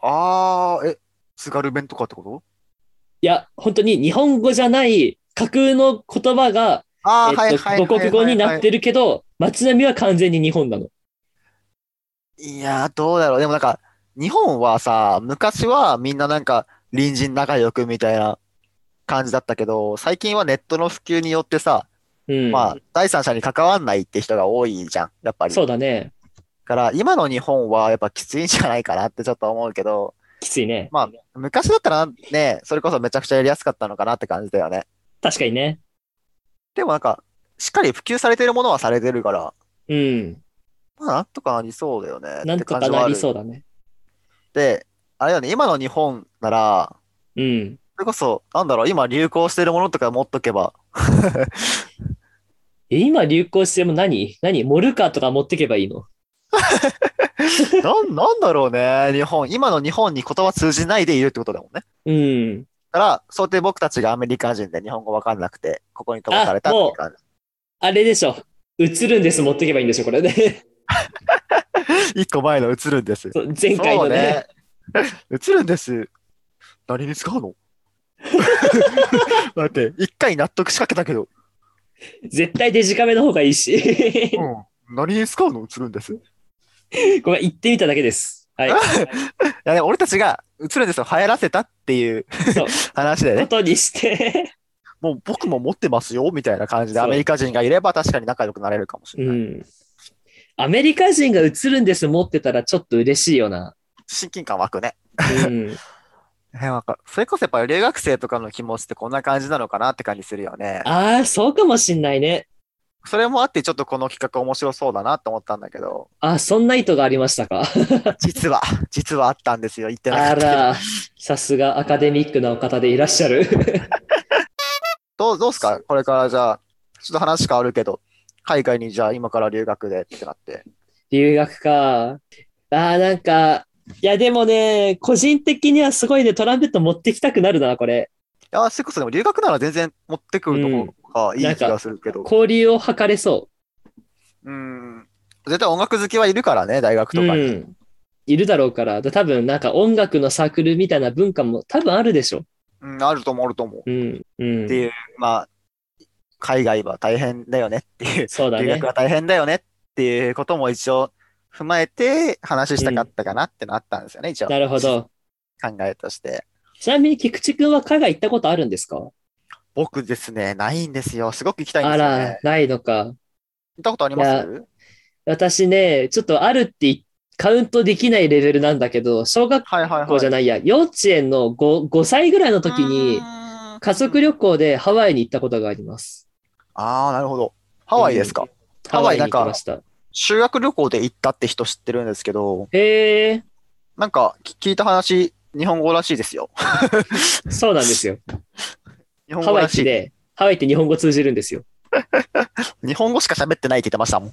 C: あー、え、津軽弁とかってこと
B: いや、本当に日本語じゃない架空の言葉が、
C: あー、
B: えっと
C: はいはいはいはいはい。
B: 母国語になってるけど、街並みは完全に日本なの。
C: いやー、どうだろう。でもなんか、日本はさ、昔はみんななんか、隣人仲良くみたいな感じだったけど、最近はネットの普及によってさ、
B: うん。
C: まあ、第三者に関わんないって人が多いじゃん、やっぱり。
B: そうだね。
C: から、今の日本はやっぱきついんじゃないかなってちょっと思うけど、
B: きついね。
C: まあ、昔だったらね、それこそめちゃくちゃやりやすかったのかなって感じだよね。
B: 確かにね。
C: でもなんか、しっかり普及されてるものはされてるから、
B: うん。
C: まあ、なんとかなりそうだよね
B: な
C: っ
B: ん
C: て
B: と
C: 感
B: か
C: じ
B: な
C: はあ
B: り
C: る。
B: そうだね。
C: で、あれだね、今の日本なら、
B: うん。
C: それこそ、なんだろう、今流行してるものとか持っとけば、
B: え今流行しても何何モルカーとか持ってけばいいの
C: なん、なんだろうね、日本、今の日本に言葉通じないでいるってことだもんね。
B: うん。
C: だから、想定僕たちがアメリカ人で日本語わかんなくて、ここに飛ばされたっていう感
B: あれでしょ。映るんです持ってけばいいんでしょ、これね。
C: じ。一個前の映るんです。
B: そう前回のね。
C: そうね。 映るんです。何に使うの だって、一回納得しかけたけど、
B: 絶対デジカメの方がい いし。
C: うん、何に使うの映るんです。い
B: ごめん、言ってみただけです。はい。
C: や、でも俺たちが映るんですを流行らせたっていう
B: そう
C: 話でね
B: こ。とにして。
C: もう僕も持ってますよみたいな感じで
B: そう
C: アメリカ人がいれば確かに仲良くなれるかもし
B: う
C: れない。
B: ん。アメリカ人が映るんです持ってたらちょっと嬉しいよな。
C: 親近感湧くね。
B: うん。
C: え、わかるそれこそやっぱ留学生とかの気持ちってこんな感じなのかなって感じするよね。
B: ああ、そうかもしんないね。
C: それもあってちょっとこの企画面白そうだなと思ったんだけど、
B: あ、そんな意図がありましたか。
C: 実は、実はあったんですよ。言ってなか
B: あ
C: ったけど。
B: ら、さすがアカデミックなお方でいらっしゃる。
C: どう、どうすかこれからじゃあ、ちょっと話変わるけど、海外にじゃあ今から留学でってなって。
B: 留学か。あーなんか、いやでもね、個人的にはすごいね、トランペット持ってきたくなるな、これ。
C: いや、それこそでも留学なら全然持ってくるのがいい
B: なん
C: 気
B: か
C: がするけど。
B: 交流を図れそ
C: うん。絶対音楽好きはいるからね、大学と
B: う。
C: かに。
B: うん。いるだろうから。だ多分、なんか音楽のサークルみたいな文化も多分あるでしょ。
C: うん、あると思う、あると思う。
B: うん。うん
C: って。いう、まあ、海外は大変だよねっていう、
B: そうだ
C: 留
B: ね
C: 学。は大変だよねっていうことも一応踏まえて話したかったかなってのあったんですよね、一応。
B: なるほど。
C: 考えとして。
B: ちなみに菊池くんは海外行ったことあるんですか
C: 僕ですね、ないんですよ。すごく行きたいんで
B: あ
C: すよ
B: ら
C: ね。、
B: ないのか。
C: 行ったことありま
B: いや
C: す
B: 私ね、ちょっとあるってカウントできないレベルなんだけど、小学
C: はいはいは
B: 校
C: い。
B: じゃないや、幼稚園の 5, 5歳ぐらいの時に、
C: あ
B: 家族旅行でハワイに行ったことがあります。
C: あー、なるほど。ハワイですか。ハ
B: ハワ
C: ワ
B: イ
C: イ
B: に
C: な
B: 行
C: んか
B: きました。
C: 修学旅行で行ったって人知ってるんですけど、
B: へえ、
C: なんかき聞いた話、日本語らしいですよ。
B: そうな んですよ。
C: 日本
B: ハ
C: 語
B: ワイ
C: ら
B: っ
C: しい。
B: て、ハワイって日本語通じるんですよ。
C: 日本語しか喋ってないって言ってましたもん。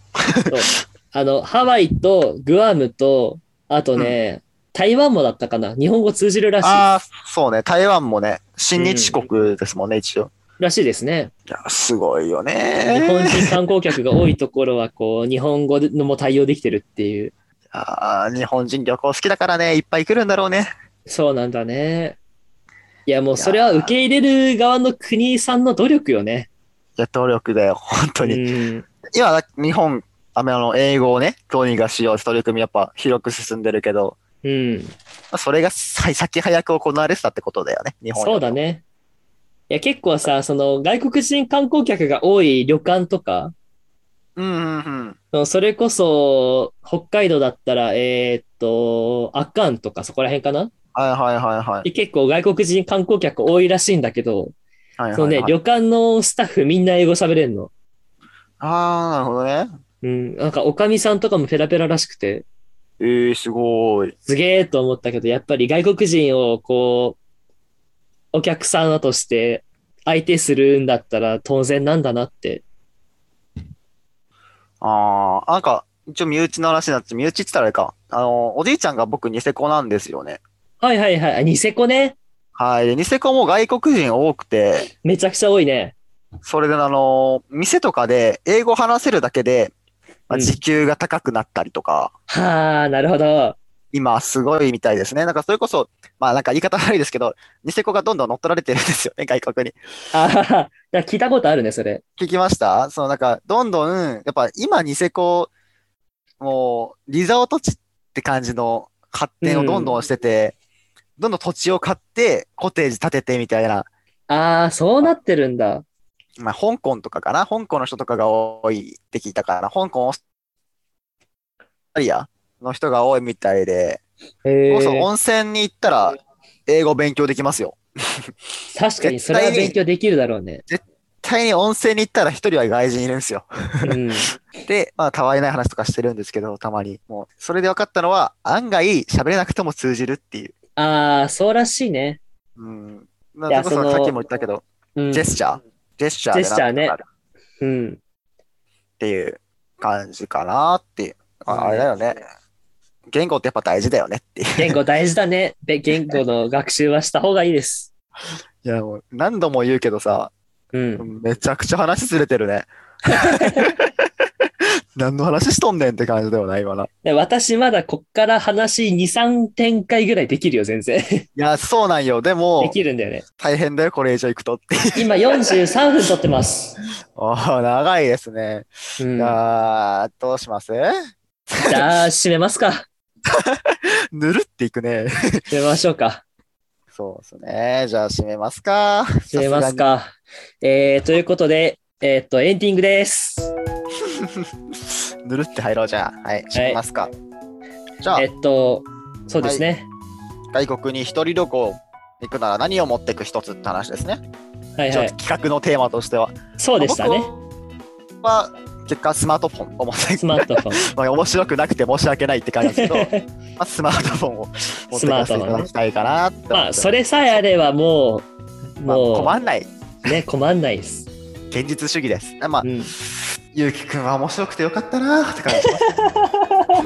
B: あの、ハワイとグアムと、あとね、台湾もだったかな。日本語通じるらしい。
C: ああ、そうね。台湾もね、親日国ですもんね、一応。
B: らしいですね。
C: いや、すごいよ
B: 日本
C: ね。
B: 人観光客が多いところは、こう、日本語のも対応できてるっていう。
C: あー日本人旅行好きだからね、いっぱい来るんだろうね。
B: そうなんだね。いや、もうそれは受け入れる側の国さんの努力よね。
C: いや、努力だよ、本当
B: う
C: に。
B: ん。
C: 今、日本、あの、英語をね、どうにかしようって取り組みやっぱ広く進んでるけど、
B: うん。
C: まあそれがさ先早く行われてたってことだよね、日本より
B: そうだね。いや、結構さ、その外国人観光客が多い旅館とか、
C: うんうんうん。
B: そのそれこそ北海道だったら、えーっと、阿寒とかそこら辺かな
C: はいはいはいはい。
B: で結構外国人観光客多いらしいんだけど、
C: はいはいはい
B: そのね、旅館のスタッフみんな英語喋れんの。
C: ああ、なるほどね。
B: うん、なんかおかみさんとかもペラペラらしくて、
C: えー、すごい。
B: すげえと思ったけど、やっぱり外国人をこう、お客さんとして相手するんだったら当然なんだなって。
C: ああ、なんか、一応身内の話になって、身内って言ったらあれか。あの、おじいちゃんが僕、ニセコなんですよね。
B: はいはいはいあ、ニセコね。
C: はい。で、ニセコも外国人多くて、
B: めちゃくちゃ多いね。
C: それであの、店とかで英語話せるだけで、まあ、
B: うん
C: 時給が高くなったりとか、
B: はあ、なるほど。
C: 今すごいみたいですね。なんかそれこそ、まあなんか言い方悪いですけど、ニセコがどんどん乗っ取られてるんですよね、外国に。
B: あははなんか聞いたことあるね、それ。
C: 聞きましたそのなんか、どんどん、やっぱ今ニセコ、もう、リゾート地って感じの発展をどんどんしてて、どんどん土地を買って、コテージ建ててみたいな、
B: ああ、そうなってるんだ。
C: まあ香港とかかな香港の人とかが多いって聞いたから、香港、オーストラリアの人が多いみたいで、
B: へ
C: そう
B: え。
C: 温泉に行ったら、英語勉強できますよ。
B: 確かにそれは
C: 絶対に
B: 勉強できるだろうね。
C: 絶対に温泉に行ったら一人は外人いるんですよ。
B: うん。
C: で、まあ、たわいない話とかしてるんですけど、たまに。もう、それで分かったのは、案外、喋れなくても通じるっていう。
B: ああ、そうらしいね。
C: うん。まあ
B: いや
C: それこそ
B: その
C: さっきも言ったけど、
B: うん
C: ジェ。スチャージェスチャーで
B: ジェスチャーね
C: なんとかなる
B: うん。
C: っていう感じかなっていう。まあ、あれだよね。言語ってやっぱ大事だよねっていう。
B: 言語大事だね。で言語の学習はした方がいいです。
C: いや、もう、何度も言うけどさ、
B: うん。
C: めちゃくちゃ話ずれてる ね。何の話しとんねんって感じだよな、今な。い
B: で私まだこっから話2、3展開ぐらいできるよ、全然。
C: や、そうなんよ。で
B: で
C: も、
B: きるんだよね。
C: 大変だよ、これ以上行くとっていう。
B: 今43分撮ってます。
C: おー長いですね。
B: うん、
C: じ
B: じゃあ、
C: ゃあ、どうします
B: 締めますか。
C: ぬるっていくね。
B: 締めましょうか。
C: そうですね。じゃあ、締めますか。
B: 締めますか。えー、ということで、えーっと、エンディングです。
C: さすがに。ぬるって入ろうじゃあ。はい、閉めますか。じゃあ
B: え、っと、そうですね。
C: 外国に一人旅行行くなら何を持ってく一つって話ですね。
B: はい、
C: 一
B: はい、
C: 応企画のテーマとしては。
B: そうでしたね。
C: 僕は結果スマートフォンを持って
B: スマートフォン。
C: まあ面白くなくて申し訳ないって感じですけ ど、まあ、スマートフォンを持って
B: ス
C: い
B: マ
C: かせてい
B: ートフォンね
C: ただきたいかなって思って
B: まあ、それさえあればもう、
C: まあ
B: もう、
C: 困んない
B: ね、困んないです。
C: 現実主義です。まあ
B: う、ん、
C: ゆうきくんは面白くてよかったなって感じします。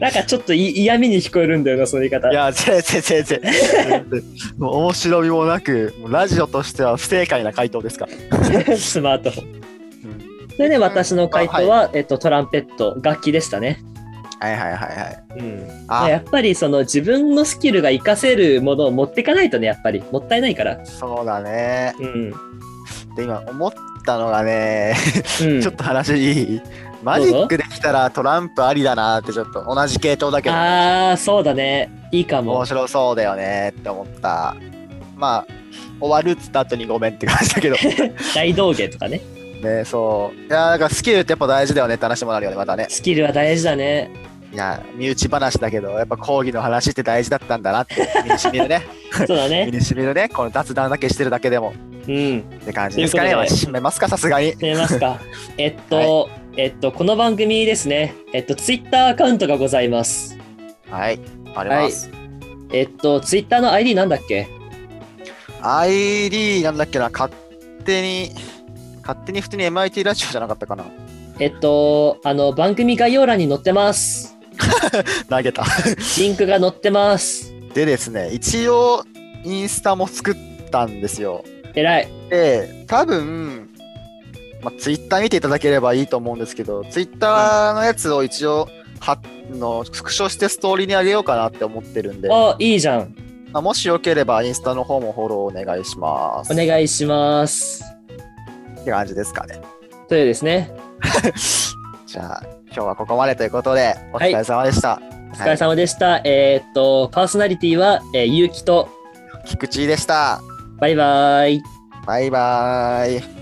B: なんかちょっとい嫌味に聞こえるんだよな、その言い方。
C: いや、全然全 然。もう面白みもなく、もうラジオとしては不正解な回答ですから。
B: スマートフォン。それで私の回答は、えっと、トランペット、楽器でしたね。
C: はいはいはいはい。
B: うん、
C: あ、
B: やっぱりその自分のスキルが活かせるものを持っていかないとね、やっぱりもったいないから。
C: そうだね。
B: うん。
C: で、今思ったのがね、
B: うん、
C: ちょっと話いいマジックできたらトランプありだなってちょっと同じ系統だけど
B: ああ、そうだね。いいかも
C: 面。白そうだよねって思ったまあ終わるっつった後にごめんって感じだけ ど
B: 大道芸とかね。
C: ねそういやーなんかスキルってやっぱ大事だよねって話もなるよねまたね
B: スキルは大事だね。
C: いや身内話だけどやっぱ講義の話って大事だったんだなって身にしみるね
B: そうだ
C: 身
B: ね。
C: にしみるねこの雑談だけしてるだけでも
B: うん。
C: って感じですかね
B: ということで
C: 締めますかさすがに
B: 見えま すか。えっと、えっと、この番組ですね。えっと、ツイッターアカウントがございます。
C: はいあります、
B: えっと、ツイッターの ID なんだっけ
C: ID なんだっけな勝手に勝手に普通に MIT ラジオじゃなかったかな
B: えっと、あの、番組概要欄に載ってます。
C: 投げた。
B: リンクが載ってます。
C: でですね、一応、インスタも作ったんですよ。
B: えらい。
C: で、多分、まあ、ツイッター見ていただければいいと思うんですけど、ツイッターのやつを一応、はのスクショしてストーリーにあげようかなって思ってるんで、ま
B: あ、いいじゃん。
C: あ、もしよければインスタの方もフォローお願いします。
B: お願いします。
C: って感じですかね。
B: というですね。
C: じゃあ、今日はここまでということで、お疲れ様でした。
B: お疲れ様でした。えーっと、パーソナリティは、えー、ゆうきと、
C: 菊池でした。
B: バイバーイ。
C: バイバーイ。